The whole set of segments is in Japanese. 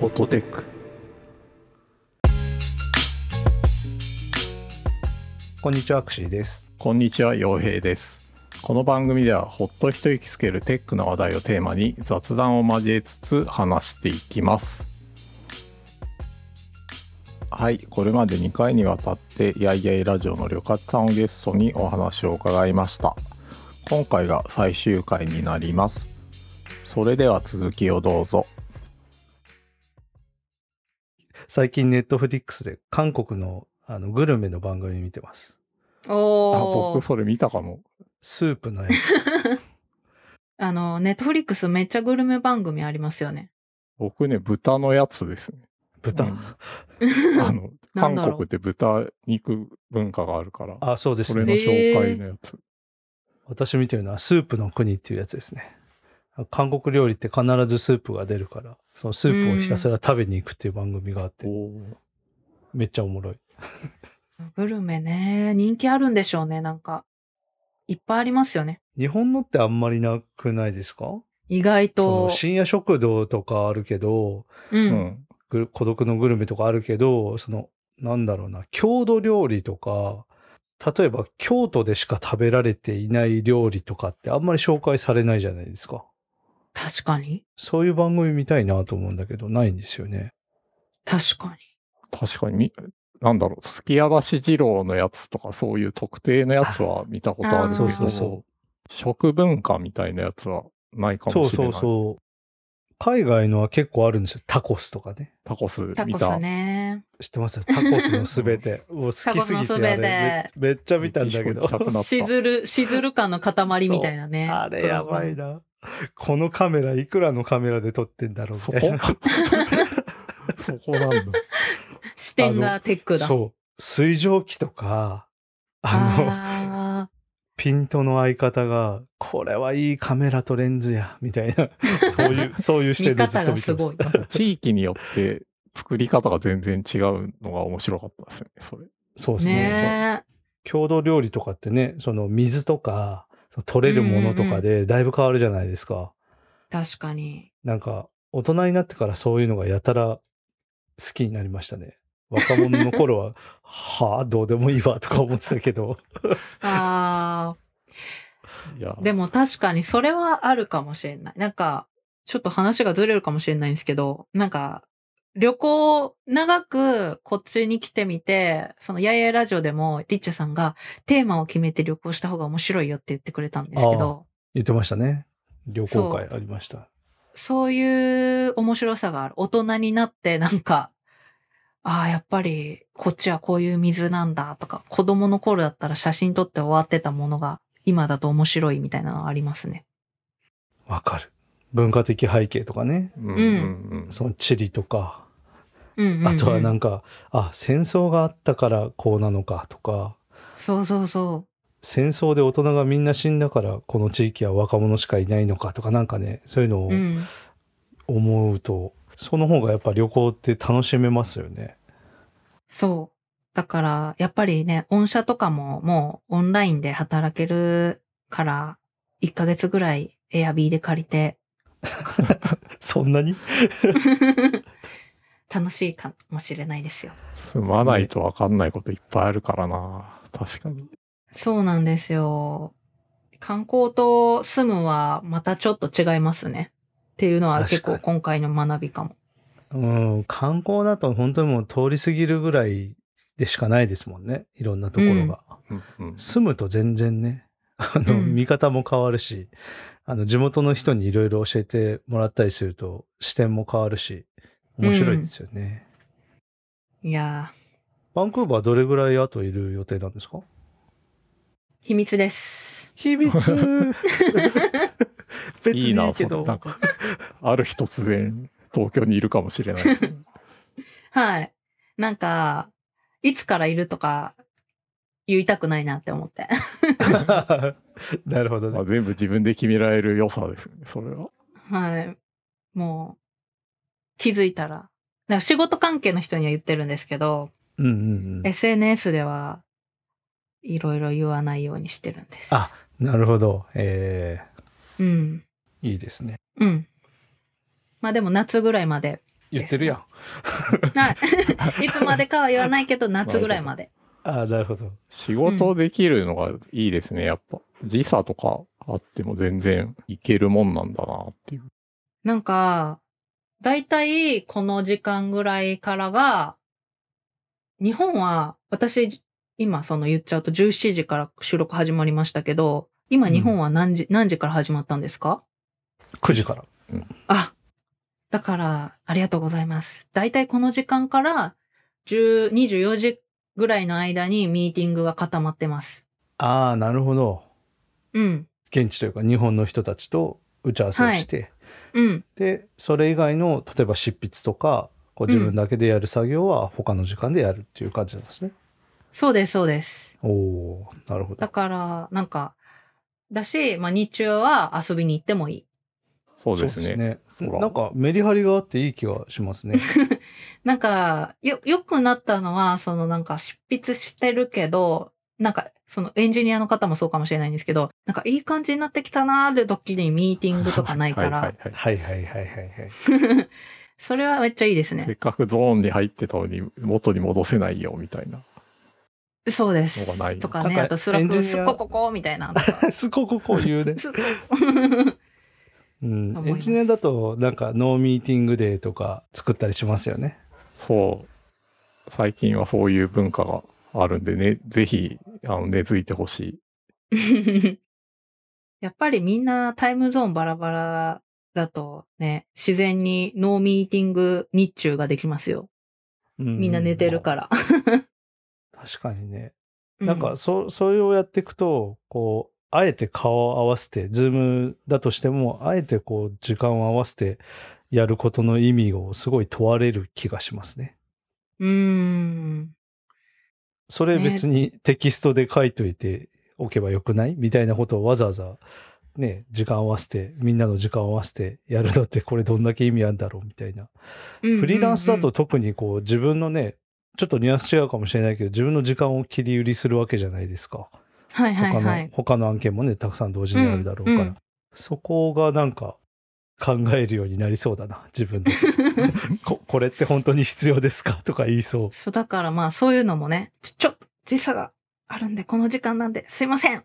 オトテックこんにちは、アクシーです。こんにちは陽平ですこの番組ではほっと一息つけるテックの話題をテーマに雑談を交えつつ話していきますはいこれまで2回にわたってやいやいラジオの旅客さんをゲストにお話を伺いました今回が最終回になりますそれでは続きをどうぞ最近、ネットフリックスで韓国のあのグルメの番組見てます。あお僕ーそれ見たかもスープのやつ。あの、ネットフリックスめっちゃグルメ番組ありますよね。僕ね豚のやつですね豚。うん あの、な韓んだろう国って豚肉文化があるから、あ、そうですそれのね。紹介のやつ。私見てるのは、スープの国っていうやつですね。韓国料理って必ずスープが出るから、そのスープをひたすら食べに行くっていう番組があって、おーめっちゃおもろい。グルメね、人気あるんでしょうね、なんか。いっぱいありますよね。日本のってあんまりなくないですか意外そのと。深夜食堂とかあるけど、う。うんん。ぐ孤独のグルメとかあるけどそのなんだろうな郷土料理とか例えば京都でしか食べられていない料理とかってあんまり紹介されないじゃないですか確かに。そういう番組見たいなと思うんだけどないんですよね確かに。確かにみ、なんだろう、すきやばし二郎のやつとか、そういう特定のやつは見たことあるけど、あーそうそうそ食文化みたいなやつはないかそもうしれそなうい。そう海外のは結構あるんですよタコスとかねタコス見タた。コスね。知ってますタコスのすべ てもう好きすぎてあれめめっちゃ見たんだけどメキシコ行きたくなった しずる、しずる感の塊みたいなね。あれやばいな。なこのカメラいくらのカメラで撮ってんだろうそみ たいなこそこなんだ。視点がテックだ。そう。水蒸気とか、あの、あピントの相方が、これはいいカメラとレンズや、みたい な、そういう、そう いう視ー点見でずっ方とが見てすまごすい。。地域によって作り方が全然違うのが面白かったですね、それ。そうですねね郷土料理とかってね、その水とか、その取れるものとかでだいぶ変わるじゃないですか。確かに。なんか、大人になってからそういうのがやたら好きになりましたね。若者の頃 は、はあ、どうでもいいわ、とか思ってたけど。ああ、いや、でも確かにそれはあるかもしれない。なんか、ちょっと話がずれるかもしれないんですけど、なんか、旅行、長くこっちに来てみて、その、ややラジオでも、リッチャさんがテーマを決めて旅行した方が面白いよって言ってくれたんですけど、言ってましたね。旅行会ありました。そういう面白さがある。大人になって、なんか、ああ、やっぱり、こっちはこういう水なんだとか、子供の頃だったら写真撮って終わってたものが、今だと面白いみたいなのはありますね。わかる。文化的背景とかね。うんうんうん。その地理とか、うんうん、うん。あとはなんか、あ、戦争があったからこうなのかとか、そうそうそう。戦争で大人がみんな死んだからこの地域は若者しかいないのかとかなんかね、そういうのをうん、思うと、その方がやっぱ旅行って楽しめますよね。 そう。だから、やっぱりね、御社とかももうオンラインで働けるから、1ヶ月ぐらいエアビーで借りて、そんなに楽しいかもしれないですよ。住まないと分かんないこといっぱいあるからな。確かに。そうなんですよ。観光と住むはまたちょっと違いますね。っていうのは結構確今回の学びかも。うん、観光だと本当にもう通り過ぎるぐらいでしかないですもんね。いろんなところが。うんうん住むと全然ね、あの、うん見方も変わるし、あの、地元の人にいろいろ教えてもらったりすると、視点も変わるし、面白いですよね。いやバンクーバーどれぐらい後いる予定なんですかー、秘密です。秘密 別にいいいないけどそれなんかある日突然東京にいるかもしれないですねはい。なんか、いつからいるとか言いたくないなって思って。 なるほどまねあ。全部自分で決められる良さですねそれははい。もう、気づいたら。なんか仕事関係の人には言ってるんですけど、うんうんうん。 SNS では、いろいろ言わないようにしてるんです。あなるほど。えうん。ー、いいですね。 うん。まあでも夏ぐらいまで言ってるやん。ない。 いつまでかは言わないけど、夏ぐらいまで。ああ、なるほど。仕事できるのがいいですね、やっぱ。時差とかあっても全然いけるもんなんだなっていう。なんか、だいたいこの時間ぐらいからが、日本は、私、今その言っちゃうと17時から収録始まりましたけど、今日本は何時、何時から始まったんですか9時から。あ、だから、ありがとうございます。だいたいこの時間から10 24時ぐらいの間にミーティングが固まってます。ああ、なるほど。うん、現地というか日本の人たちと打ち合わせをして、うん、でそれ以外の例えば執筆とかこう自分だけでやる作業は他の時間でやるっていう感じなんですね。そうです、そうです。おおーなるほだど。から、なんか、だし、まあ日中は遊びに行ってもいい。そうですね。そうですほらなんかメリハリがあっていい気がします ね。なんか、よ、良くなったのは、そのなんか執筆してるけど、なんか、そのエンジニアの方もそうかもしれないんですけど、なんかいい感じになってきたなーって時にミーティングとかないかはいはらい、はいはいはいはいはいはい。 それはめっちゃいいですせっね。かくゾーンに入ってたのに元に戻せないよみたいなそうですの。がない。とかね、なんかあとスラッエンクジニアすっこここみたいな。 すごくこういう ね。すっこうん 思いエますンジニアだとなんかノーミーティングデーとか作ったりしますよね。そう。最近はそういう文化があるんでね、ぜひ、あの、根付いてほしい。 やっぱりみんなタイムゾーンバラバラだとね、自然にノーミーティング日中ができますよ。みみんな寝てるから。確かにね。うなんか、そそれをやっていくとこうあえて顔を合わせてズームだとしてもあえてこう時間を合わせてやることの意味をすごい問われる気がしますね。うーん。それね別にテキストで書いといておけばよくないみたいなことをわざわざね時間を合わせてみんなの時間を合わせてやるのってこれどんだけ意味あるんだろうみたいな。フリーランスだと特にこう自分のねちょっとニュアンス違うかもしれないけど自分の時間を切り売りするわけじゃないですか。うんうんうん、はい他はいの、はい。他の案件もねたくさん同時にあるだろうから、うんうんそこがなんか考えるようになりそうだな自分 でここれって本当に必要ですかとか言いそうそうだからまあそういうのもね、ちょ、ちょ、時差があるんでこの時間なんですいません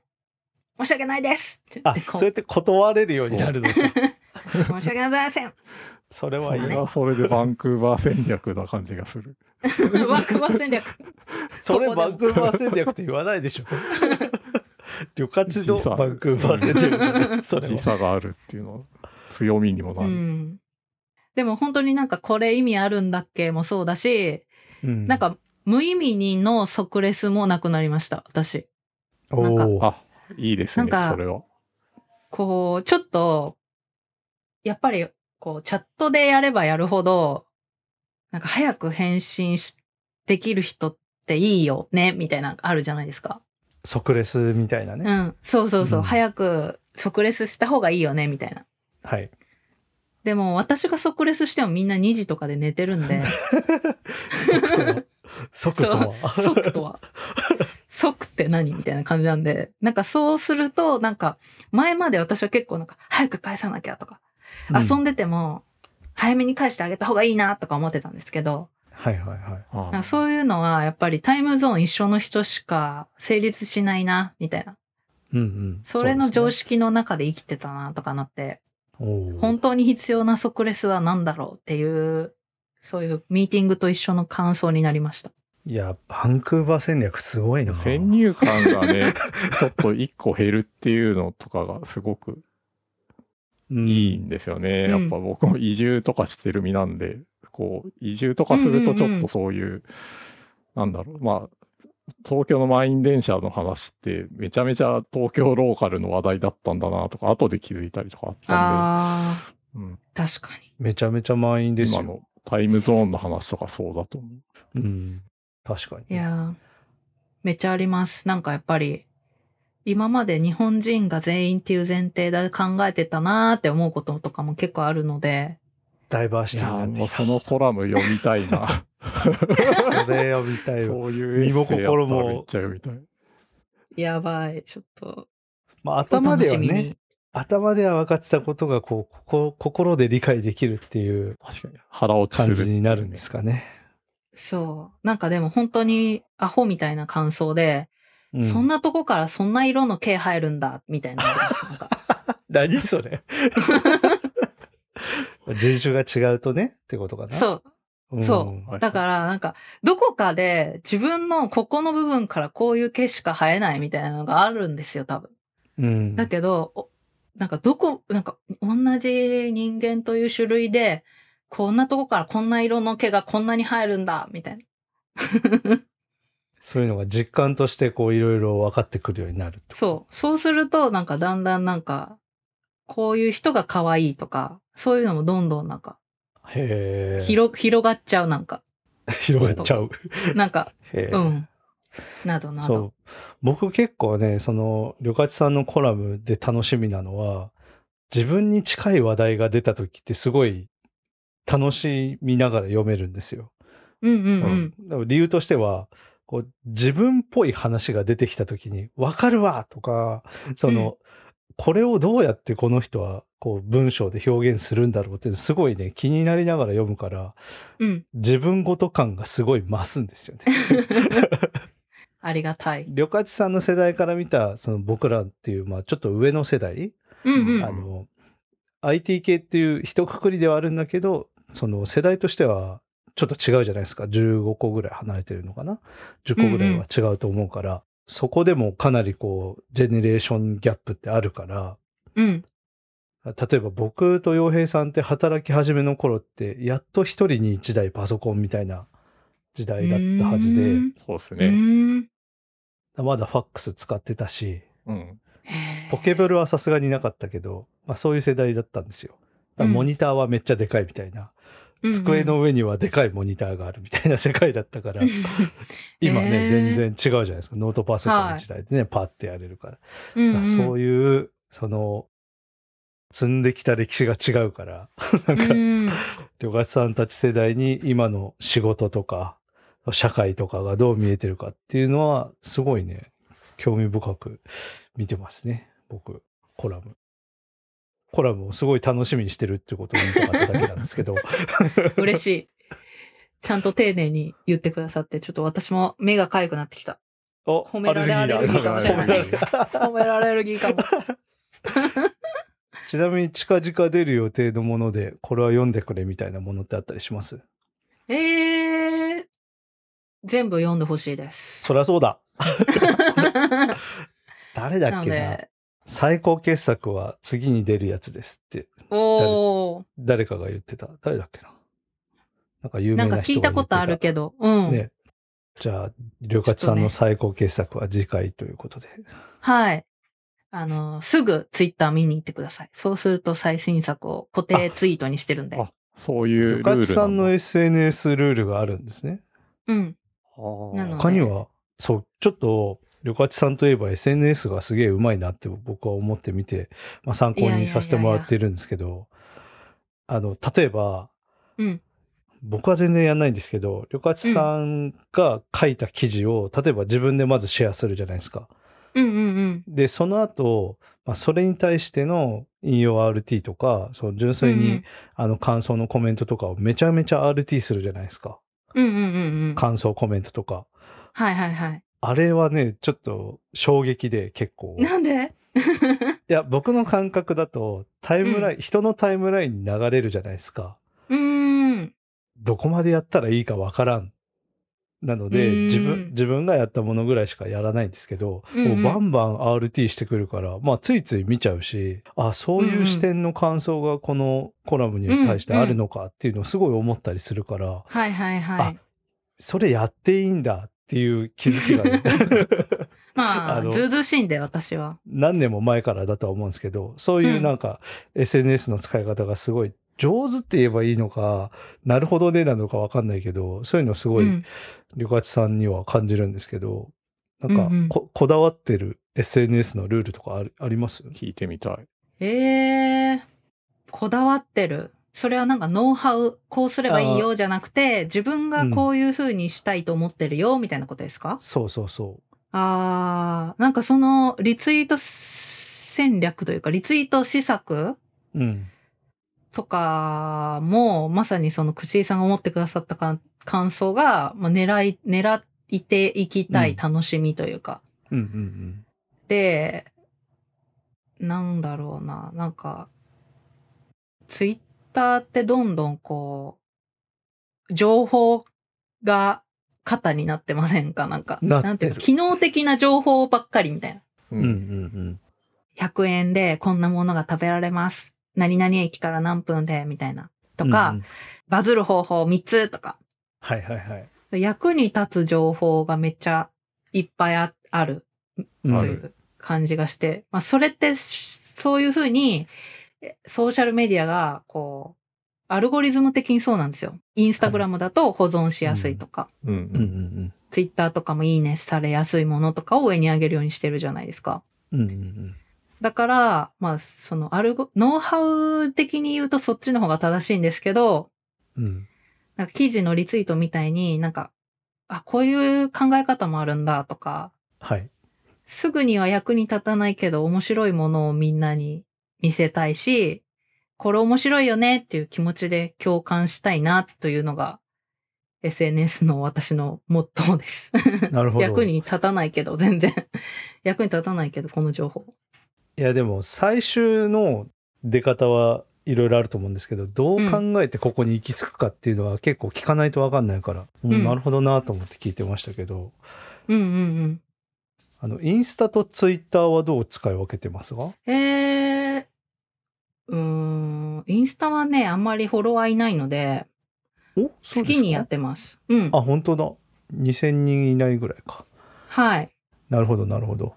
申し訳ないですって言あってこそううやって断れるようになるのか申し訳ございません それそはいいれなはそれでバンクーバー戦略な感じがす る。ワークマン戦略。それここバでもンクーバー戦略と言わないでしょ 旅客の時差バンクーバー戦 略じゃないそれ時は差があるっていうのは強みにもなうる。ん。でも本当になんかこれ意味あるんだっけもそうだし、なんか無意味にの即レスもなくなりました、私。おなんかおーあ、いいですね、なんかそれは。こう、ちょっと、やっぱり、こう、チャットでやればやるほど、なんか早く返信し、できる人っていいよね、みたいなのあるじゃないですか。即レスみたいなね、うん。そうそうそう。うん早く即レスした方がいいよね、みたいな。はいでも、私が即レスしてもみんな2時とかで寝てるん で、即とは即 とは即とは。即って何みたいな感じなんで、なんかそうすると、なんか、前まで私は結構なんか、早く返さなきゃとか、 うん遊んでても、早めに返してあげた方がいいなとか思ってたんですけど、はいはいはいあなんかそういうのはやっぱりタイムゾーン一緒の人しか成立しないな、みたいな。うんうんそれの常識識の中で生きてたなとかなって、ほ本当に必要な即レスは何だろうっていう、そういうミーティングと一緒の感想になりました。いや、バンクーバー戦略すごいな。先入観がね、ちょっと一個減るっていうのとかがすごくうんいいんですよね。うんやっぱ僕も移住とかしてる身なんで、こう、移住とかするとちょっとそういう、なんだろう、まあ、東京の満員電車の話ってめちゃめちゃ東京ローカルの話題だったんだなとか、後で気づいたりとかあったあんで、うん、ー、確かに。めちゃめちゃ満員です今よ。のタイムゾーンの話とかそうだと思う。うん。確かに。いやー、めっちゃあります。なんかやっぱり、今まで日本人が全員っていう前提で考えてたなーって思うこととかも結構あるので、ダイバーシいテやィーになってもうきそた。のコラム読みたいな。 それを見たいわ。そういうエッセイやった身も心もらめっちゃ読みたい。やばい、ちょっと。まあ、頭ではお楽しみねに、頭では分かってたことがこうここ心で理解できるっていう確かに。腹落ちす感る。じになるんで。すかね。そう。なんかでも本当にアホみたいな感想で、うそんなとこからそんな色の毛生えるんだ、みたいなのがあります。なんか 何それ 人種が違うとねってことかな。そう。うんそはいだから、なんか、どこかで自分のここの部分からこういう毛しか生えないみたいなのがあるんですよ、多分。うん。だけど、おなんかどこ、なんか、同じ人間という種類で、こんなとこからこんな色の毛がこんなに生えるんだ、みたいな。そういうのが実感としてこういろいろ分かってくるようになるってことそう。そうすると、なんかだんだんなんか、こういう人が可愛いとか、そういうのもどんどんなんか、へえ。広、広がっちゃう、なんか。 広がっちゃう。なんか、へーうん。などなそうど。。僕結構ね、その、旅客さんのコラムで楽しみなのは、自分に近い話題が出た時ってすごい楽しみながら読めるんですよ。うんうんうん。だから理由としては、こう、自分っぽい話が出てきた時に、わかるわとか、その、これをどうやってこの人は、こう、文章で表現するんだろうって、すごいね、気になりながら読むから、 うん。自分ごと感がすごい増すんですよね。ありがたい。旅客さんの世代から見たその僕らっていう、まあ、ちょっと上の世代、うんうあん。の IT 系っていう一括りではあるんだけどその世代としてはちょっと違うじゃないですか15個ぐらい離れてるのかな10個ぐらいは違うと思うから、そこでもかなりこうジェネレーションギャップってあるからうん。例えば僕と洋平さんって働き始めの頃ってやっと一人に一台パソコンみたいな時代だったはずうでーんそうですうーね。んまだファックス使ってたしうん。へーポケベルはさすがになかったけど、まあ、そういう世代だったんですよ。だからモニターはめっちゃでかいみたいな、うんうん机の上にはでかいモニターがあるみたいな世界だったから、 今ね、へー全然違うじゃないですか。ノートパソコンの時代でね、パッてやれるから。うんだからうんそういう、その、積んできた歴史が違うから、なんか、うん旅客さんたち世代に今の仕事とか、社会とかがどう見えてるかっていうのは、すごいね、興味深く見てますね。僕、コラム。コラムをすごい楽しみにしてるってことを言いたかっただけなんですけ ど。嬉しい。ちゃんと丁寧に言ってくださって、ちょっと私も目がかゆくなってきた。お褒められアルフィーだアレルギーかもしれないアルフィーだ褒められる気かも。 ちなみに近々出る予定のもので、これは読んでくれみたいなものってあったりしますえー、全部読んでほしいです。そりゃそうだ。 誰だなっのけなで、最高傑作は次に出るやつですっておー、誰かが言ってた。誰だっけな。なんか有な名んかな人が言ってた。聞いたことあるけど、うん。ね。じゃあ、旅客さんの最高傑作は次回ということで。はい。あの、すぐツイッター見に行ってください。そうすると最新作を固定ツイートにしてるんで。あ、そういうルール旅なん客だ。さんの SNS ルールがあるんですね。うん。ああなので他には、そう、ちょっと、旅客さんといえば SNS がすげえうまいなって僕は思ってみて、まあ、参考にさせてもらってるんですけど、あの、例えば、うん僕は全然やんないんですけど、旅客さんが書いた記事を、例えば自分でまずシェアするじゃないですか。うんうんうん。で、その後、まあ、それに対しての引用 RT とか、その純粋に、うんうんあの感想のコメントとかをめちゃめちゃ RT するじゃないですか。うんうんうんうん。感想コメントとか。はいはいはい。あれはね、ちょっと衝撃で結構。いなんでや、僕の感覚だと、タイムライン、人のタイムラインに流れるじゃないですか。うーん。どこまでやったらいいかわからん。なので、うん自分、自分がやったものぐらいしかやらないんですけど、うんうんもうバンバン RT してくるから、まあ、ついつい見ちゃうし、あ、そういんううん視点の感想がこのコラムに対してあるのかっていうのをすごい思ったりするから、はいはいはい。それやっていいんだっていう気づきがね、ま ああ、のずうずうしいんで、私は。何年も前からだとは思うんですけど、そういううんなんか SNS の使い方がすごい上手って言えばいいのか、なるほどねなのかわかんないけど、そういうのすごういん旅客さんには感じるんですけど、なんかうんうんここだわってる SNS のルールとかあるあります聞いてみたい。ええこだわってる。それはなんかノウハウ、こうすればいいよじゃなくて、自分がこういう風にしたいと思ってるよ、みたいなことですか、そうそうそあー、なんかそのリツイート戦略というか、リツイート施策うん。とかも、まさにその口井さんが思ってくださったか感想が、まあ、狙い、狙っていきうたんい楽しみというか。うんうんで、なんだろうな、なんか、ツイッターってどんどんこう、情報が肩になってませんかなんか、なってるんていうか、機能的な情報ばっかりみたいな。ううん。うんうん100円でこんなものが食べられます。何々駅から何分で、みたいな。うとん。か、うんうん。バズる方法3つとか。はいはいはい。役に立つ情報がめっちゃいっぱいああるうとあいるんう感じがして、まあそれってしそういうふうにえソーシャルメディアがこう、アルゴリズム的にそうなんですよ。インスタグラムだと保存しやすいとか、うんううんんうんツイッターとかもいいねされやすいものとかを上に上げるようにしてるじゃないですか。うん。うんうんだから、まあそのアルゴ、ノウハウ的に言うとそっちの方が正しいんですけど、うん。うんなんか記事のリツイートみたいになんか、あ、こういう考え方もあるんだとか、はい。すぐには役に立たないけど面白いものをみんなに見せたいし、これ面白いよねっていう気持ちで共感したいなというのが SNS の私のモットーです。なるほど。 役に立たないけど全 然。役に立たないけどこの情報。いやでも最終の出方はいろいろあると思うんですけどどう考えてここに行き着くかっていうのは結構聞かないと分かんないから、うんうんなるほどなと思って聞いてましたけどうんうんあのインスタとツイッターはどう使い分けてますかうん。えー、うーん、インスタはね、あんまりフォロワーいないので、おそうですか好きにやってます。うん。あ本当だ2,000人いないぐらいかはい。なるほどなるほど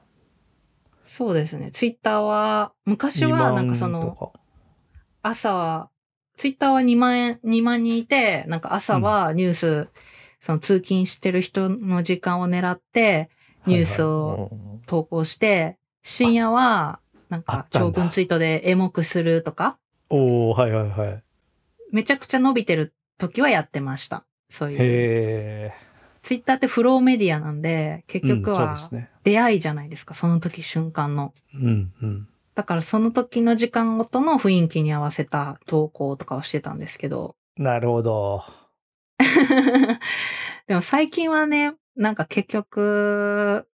そうですね。ツイッターは、昔2は万なんかそとの、か朝は、ツイッターは2万円、2万人いて、なんか朝はニュース、その通勤してる人の時間を狙って、ニュースはいうんを投稿して、深夜は、なんあっかたんだ長文ツイートでエモくするとか、はいおおはいはいはいへめちゃくちゃ伸びてる時はやってました。そういう。えツイッターってフローメディアなんで、結う局ん、そうではすね出会いじゃないですか、その時瞬間の。うんうんだからその時の時間ごとの雰囲気に合わせた投稿とかをしてたんですけど、なるほど でも最近はね、なんか結局、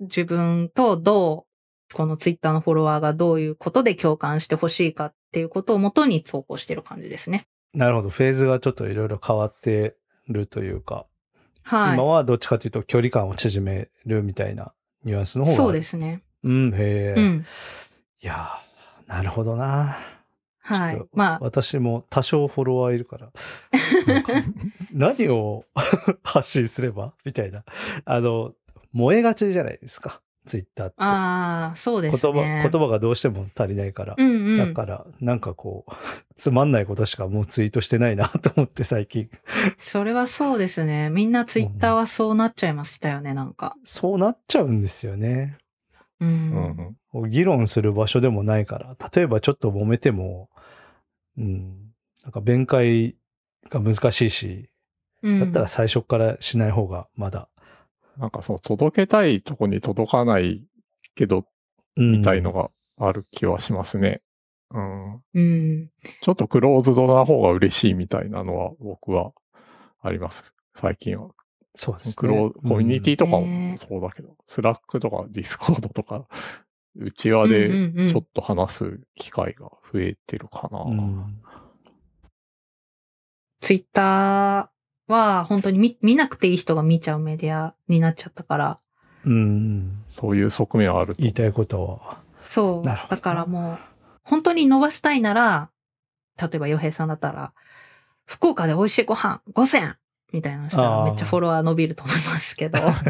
自分とどう、このツイッターのフォロワーがどういうことで共感してほしいかっていうことを元に投稿してる感じですね。なるほどフェーズがちょっといろいろ変わってるというかはい。今はどっちかというと距離感を縮めるみたいなニュアンスの方が。そうですすね。うん、へえ、ういん。やーなるほどな。はちいょっ。とまあ、私も多少フォロワーいるから、なんか何を 発信すればみたいな。あの、燃えがちじゃないですか、ツイッターって。ああ、そうです言ね。葉言葉がどうしても足りないから。うんうん。だから、なんかこう、 つまんないことしかもうツイートしてないなと思って最近。それはそうですね。みんなツイッターはそうなっちゃいましたよね、なんか。そうなっちゃうんですよね。う。うんん議論する場所でもないから、例えばちょっと揉めても、うん、なんか弁解が難しいし、うん、だったら最初からしない方がまだ。なんか そう、届けたいとこに届かないけど、みみたいの。がある気はしますね。うん。うん。ちょっとクローズドな方が嬉しいみたいなのは僕はあります。最近は。そうですね。クローコミュニティとかねもそうだけど、スラックとかディスコードとか、うちわうんでうんうんちょっと話す機会が増えてるかな。うんうんツイッターは本当に見見なくていい人が見ちゃうメディアになっちゃったから。うん。そういう側面はあると言いたいことは。そう。なるほどだからもう、本当に伸ばしたいなら、例えば洋平さんだったら、福岡で美味しいご飯5000みたいなのしたあーらめっちゃフォロワー伸びると思いま すけど。確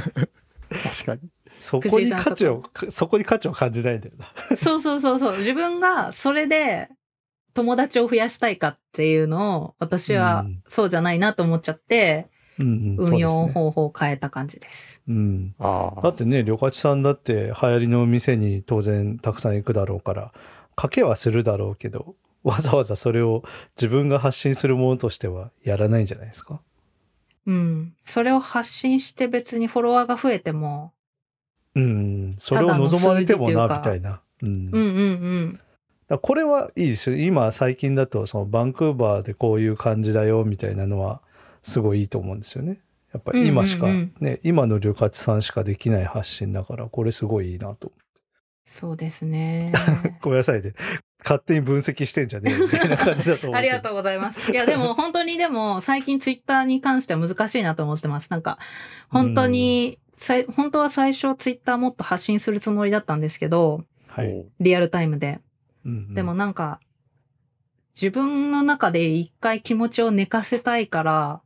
かに。そこに価値を、そこに価値を感じないんだよな。そうそうそうそう。自分がそれで友達を増やしたいかっていうのを、私はうんそうじゃないなと思っちゃって、うん、うん。運そう用ですね方法を変えた感じです。うん。ああ。だってね、旅客さんだって流行りのお店に当然たくさん行くだろうから、賭けはするだろうけど、わざわざそれを自分が発信するものとしてはやらないんじゃないですか。うん。それを発信して別にフォロワーが増えても、うん、それを望まれてもな、みたいな。うんうんうんだからこれはいいですよ今最近だとそのバンクーバーでこういう感じだよみたいなのはすごいいいと思うんですよねやっぱり今しか、うんうんね今の旅客さんしかできない発信だからこれすごいいいなとそうですねごめんなさいね勝手に分析してんじゃねえみたいな感じだと思 あうりがとううございます。いや、でも本当にでも最近ツイッターに関しては難しいなと思ってます。なんか、本当に、さい本当は最初ツイッターもっと発信するつもりだったんですけど、はい、おうリアルタイムで。うんうんでもなんか、自分の中で一回気持ちを寝かせたいから、わ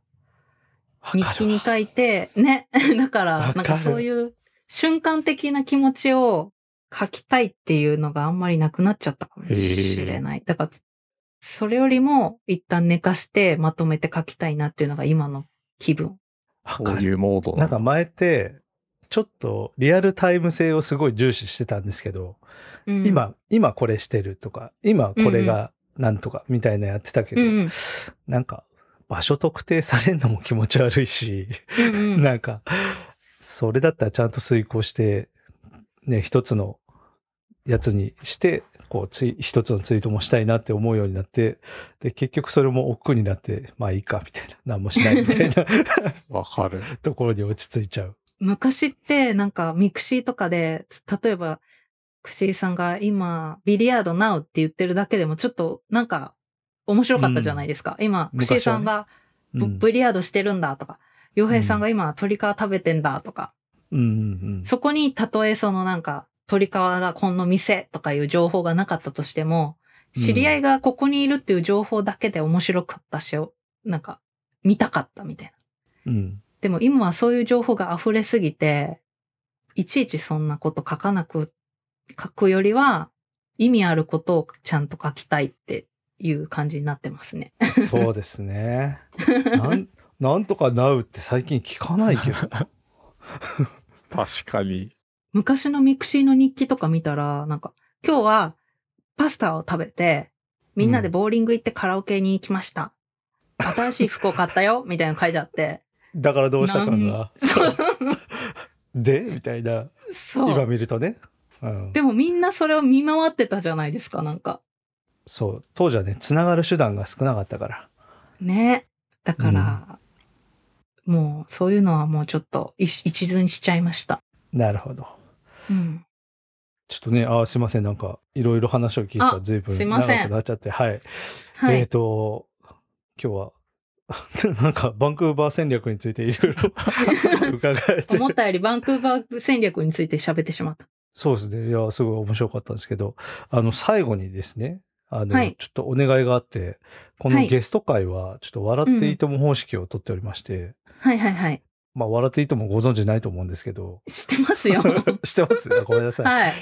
かる日わ記に書いて、ね。 だか、わからるなんかそういう瞬間的な気持ちを書きたいっていうのがあんまりなくなっちゃったかもしれない。だから、それよりも一旦寝かしてまとめて書きたいなっていうのが今の気分。わこかうるいうモードなんか前ってちょっとリアルタイム性をすごい重視してたんですけど、うん、今今これしてるとか今これがなんとかみたいなやってたけうど、んうん、なんか場所特定されるのも気持ち悪いし、うんうん、なんかそれだったらちゃんと遂行してね一つのやつにしてこうツイ一つのツイートもしたいなって思うようになってで結局それも億劫になってまあいいかみたいな何もしないみたいなわか る。ところに落ち着いちゃう。昔ってなんかミクシーとかで、例えば、クシーさんが今、ビリヤードナウって言ってるだけでもちょっとなんか面白かったじゃないですか。今、クシーさんがうブ,、んリヤードしてるんだとか、洋平さんが今鶏皮食べてんだとか、うんうんそこにたとえそのなんか鶏皮がこの店とかいう情報がなかったとしても、うん知り合いがここにいるっていう情報だけで面白かったし、なんか見たかったみたいな。うんうんでも今はそういう情報が溢れすぎて、いちいちそんなこと書かなく、書くよりは、意味あることをちゃんと書きたいっていう感じになってますね。そうですね。なんなんとかなうって最近聞かないけど。確かに。昔のミクシーの日記とか見たら、なんか、今日はパスタを食べて、みんなでボーリング行ってカラオケに行きました。新しい服を買った よ、みたいなの書いてあって。だからどうしたかな。そう でみたいな。そ今う。見るとね。うん、でもみんなそれを見回ってたじゃないですか、なんか。そう当時はねつながる手段が少なかったからね。だから、もうそういうのはもうちょっと一一途にしちゃいました。なるほどうん。ちょっとねあーすいませんなんかいろいろ話を聞いてたらあ随分すいま長せんくなっちゃってはい、はえっ、い。と今日は なんかバンクーバー戦略についていろい ろ伺えて 思ったよりバンクーバー戦略について喋ってしまった。そうですねいやすごい面白かったんですけどあの最後にですねあの、はいちょっとお願いがあってこのはいゲスト会はちょっと「笑っていいとも」方式をとっておりまして、はいはいはい。まあ「笑っていいとも」ご存知ないと思うんですけど知ってま すよ。してますごめんなさい、はい。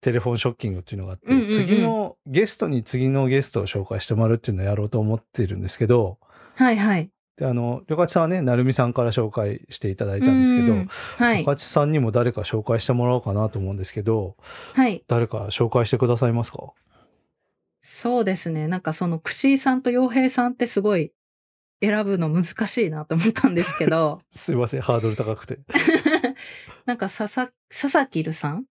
テレフォンショッキングっていうのがあって、うんうんうん次のゲストに次のゲストを紹介してもらうっていうのをやろうと思っているんですけど、はいはい。で、あの、旅客さんはね、なるみさんから紹介していただいたんですけうどん、はい旅。客さんにも誰か紹介してもらおうかなと思うんですけど、はい。誰か紹介してくださいますかそうですね。なんかその、くしーさんと洋平さんってすごい選ぶの難しいなと思ったんですけど、 すいません、ハードル高くて。なんか佐々、佐々木るさん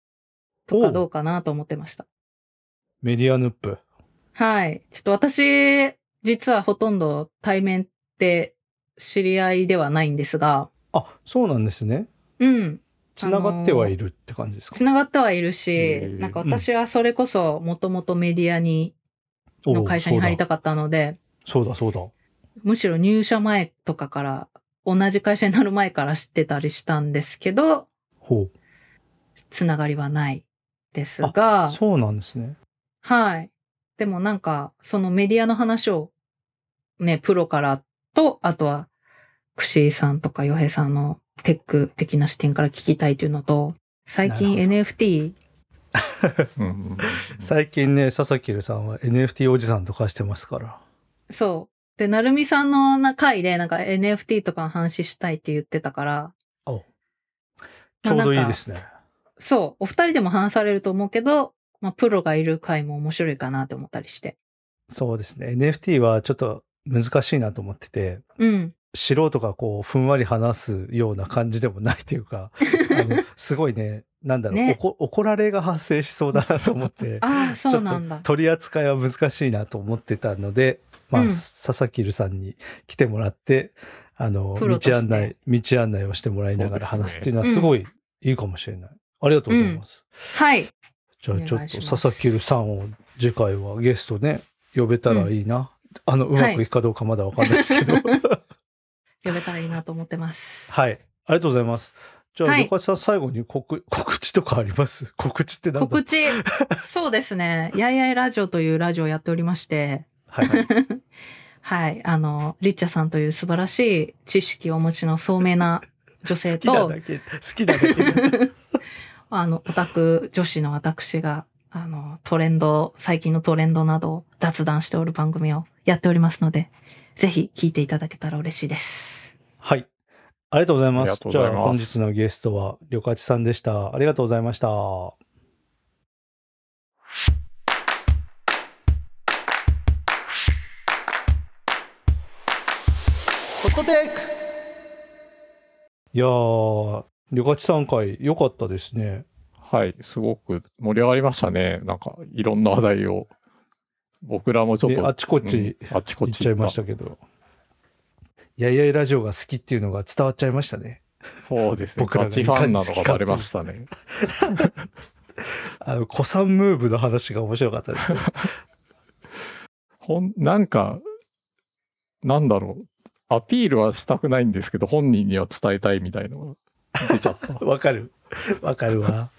とかどうかなと思ってました。メディアヌップ。はい。ちょっと私、実はほとんど対面って知り合いではないんですが、あ、そうなんですね。うん。つながってはいるって感じですか、繋がってはいるしへー、なんか私はそれこそもともとメディアに、のおう会社に入りたかったので、そうだ、そうだ。そうむしろ入社前とかから、同じ会社になる前から知ってたりしたんですけど、だほつながりはないですう。が、そうなんですね。はい。でもなんか、そのメディアの話を、ね、プロからと、あとは、クシーさんとかヨヘさんのテック的な視点から聞きたいというのと、最近な NFT、うんうん最近ね、佐々木留さんは NFT おじさんと化してますから。そう。で、なるみさんのな回で、なんか NFT とかの話したいって言ってたから、おちまあょうどいないんかですね。そう、お二人でも話されると思うけど、まあ、プロがいる回も面白いかなと思ったりして。そうですね。NFT はちょっと難しいなと思ってて、うん。 素人がこう、ふんわり話すような感じでもないというか、あのすごいね、なんだろう、ねおこ怒られが発生しそうだなと思って ああ、ちそょうっなとんだ。取り扱いは難しいなと思ってたので、まあうん佐々木留さんに来てもらってあのプロとして道案内道案内をしてもらいながらそうで話すねすっていうのはすごいいいかもしれない。ありがとうございます。はい。じゃあちょお願っいしとます佐々木留さんを次回はゲストね呼べたらいいな。あのうまくいくかどうかまだわかんないです けど。ははいい、呼べたらいいなと思ってます。ありがとうございます。じゃあ、はいよかちさん最後に告告知とかあります 告知ってなんだ 告知、そうですね。やいやいラジオというラジオをやっておりまして、はいはい。はい。あの、リッチャさんという素晴らしい知識をお持ちの聡明な女性好きなと、だけ、好きなだけで。あの、オタク女子の私が、あの、トレンド、最近のトレンドなどを雑談しておる番組をやっておりますので、ぜひ聞いていただけたら嬉しいです。はい。ありがとうございまありがす。とうじございゃまあす本日のゲストは、りょかちさんでした。ありがとうございました。こでいやー、りょかちさん会良かったですね。はい、すごく盛り上がりましたね。なんかいろんな話題を。僕らもちょっで、と。あちこちうんあっちこ行っっちちゃいましたけど。やいやいラジオが好きっていうのが伝わっちゃいましたね。そうですね。僕らガがチファンなのがバレましたね。あの、子さんムーブの話が面白かったですね。ほん、なんか、なんだろう。アピールはしたくないんですけど、本人には伝えたいみたいなのが出ちゃ った。わかる。わかるわ。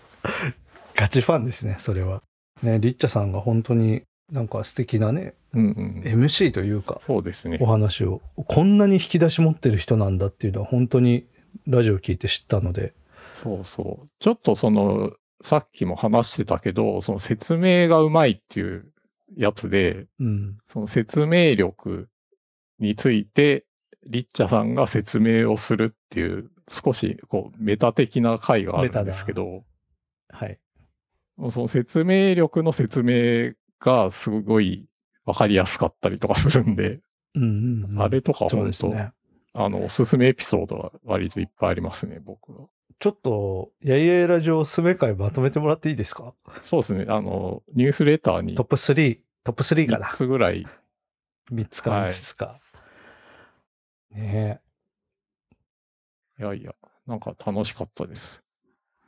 ガチファンですね、それは。ね、リッチャさんが本当になんか素敵なね、うんうん。 MC というか、そうですねお。話をこんなに引き出し持ってる人なんだっていうのは本当にラジオ聞いて知ったのでそうそう。ちょっとその、さっきも話してたけど、その説明がうまいっていうやつで、うんその説明力について、リッチャさんが説明をするっていう、少しこうメタ的な回があるんですけど、はいその説明力の説明がすごい分かりやすかったりとかするんで、うんうんうんあれとかそう本です当、ねあの、おすすめエピソードは割といっぱいありますね、僕は。ちょっとやいやいラジオすべ会まとめてもらっていいですかそうですね、あの、ニュースレターにトップ3トップ3かな3つぐらい3つかはい5つか、ねいやいや、なんか楽しかったです。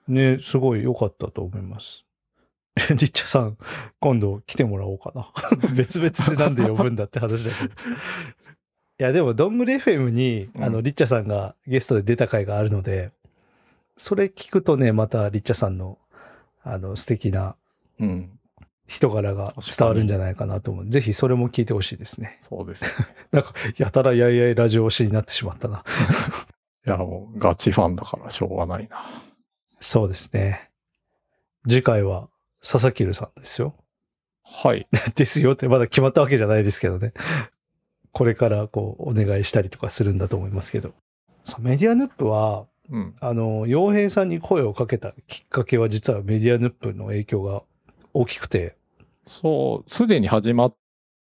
えねえすごい良かったと思います リッチャさん今度来てもらおうかな 別々でなんで呼ぶんだって話だけどいやでもどんぐり FM にあうのんリッチャさんがゲストで出た回があるので、それ聞くとねまたリッチャさんのあの素敵なうん、人柄が伝わるんじゃないかなと思うぜひそれも聞いてほしいですねそうですね。なんかやたらやいやいラジオ推しになってしまったないや、もうガチファンだからしょうがないな。そうですね次回は佐々木留さんですよはい。ですよってまだ決まったわけじゃないですけどねこれからこうお願いしたりとかするんだと思いますけどさメディアヌップはうん。あの、洋平さんに声をかけたきっかけは実はメディアヌップの影響が大きくて、そう、すでに始まっ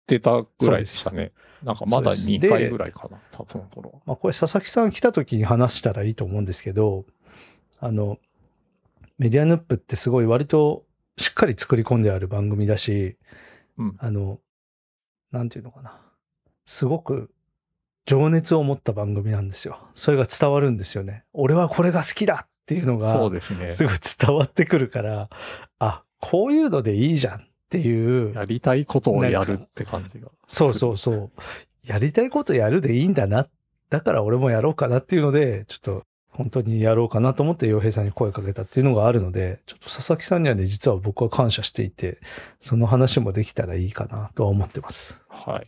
てたぐらいでしたね。なんかまだそうです2回ぐらいかな、たその頃。まあこれ佐々木さん来た時に話したらいいと思うんですけど、あの、メディアヌップってすごい割としっかり作り込んである番組だし、うん。あの、なんていうのかな。すごく情熱を持った番組なんですよ。それが伝わるんですよね。俺はこれが好きだっていうのが、そうですね。すごい伝わってくるから、あ、こういうのでいいじゃんっていう、やりたいことをやるって感じが。そうそうそう。やりたいことやるでいいんだな。だから俺もやろうかなっていうので、ちょっと本当にやろうかなと思って洋平さんに声かけたっていうのがあるので、ちょっと佐々木さんにはね、実は僕は感謝していて、その話もできたらいいかなとは思ってます。はい。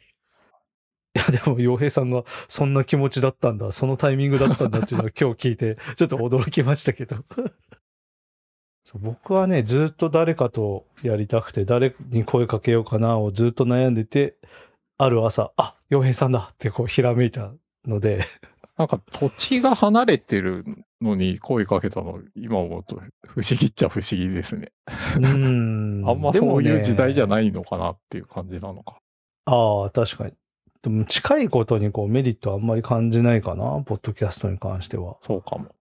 いや、でも洋平さんがそんな気持ちだったんだ、そのタイミングだったんだって いうのは今日聞いて、ちょっと驚きましたけど。 そう僕はね、ずっと誰かとやりたくて、誰に声かけようかなをずっと悩んでて、ある朝、あ、洋平さんだってこうひらめいたの で、なんか土地が離れてるのに声かけたの、今思うと不思議っちゃ不思議ですね。うーんあんまそういう時代じゃい。ないのかなっていう感じなのか。ああ、確かに。でも近いことにこうメリットあんまり感じないかな、ポッドキャストに関しては。そうかも。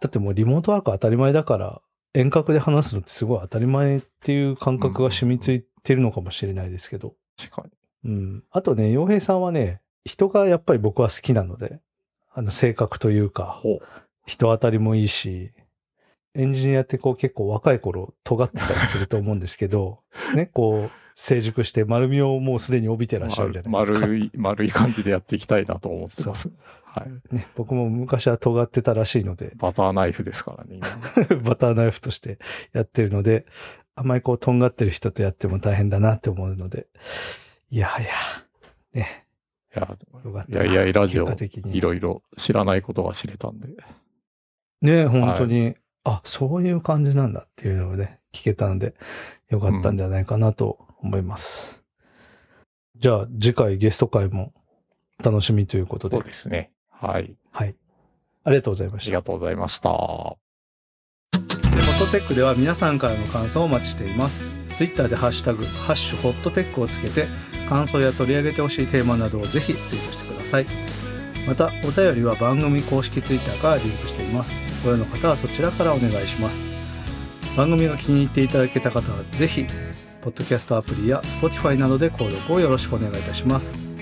だってもうリモートワーク当たり前だから、遠隔で話すのってすごい当たり前っていう感覚が染みついてるのかもしれないですけど。確かに。うん。あとね、洋平さんはね、人がやっぱり僕は好きなので、あの性格というか、ほ人当たりもいいし、エンジニアってこう結構若い頃尖ってたりすると思うんです けど、ね、こう成熟して丸みをもうすでに帯びてうらっしゃるじゃないです丸か。丸い、丸い感じでやっていきたいなと思ってます。はい。ね、僕も昔は尖ってたらしいので、バターナイフですから ね、今。バターナイフとしてやってるので、あんまりこうとんがってる人とやっても大変だなって思うので、いやはや、ね、いや、よかっいたな。やいやいラジオ結果的にいろいろ知らないことが知れたんで。ね、本当に、あ、そういう感じなんだっていうのをね、聞けたので、よかったんじゃないかなと思います。じゃあ、次回ゲスト会も楽しみということそでう、ですね。はい。はい。ありがとうございまあしりたが。とうございました。でホットテックでは皆さんからの感想をお待ちしています。ツイッターでハッシュタグ、ハッシュホットテックをつけて、感想や取り上げてほしいテーマなどをぜひツイートしてください。また、お便りは番組公式ツイッターからリンクしています。ご用の方はそちらからお願いします。番組が気に入っていただけた方はぜひ、ポッドキャストアプリや Spotify などで購読をよろしくお願いいたします。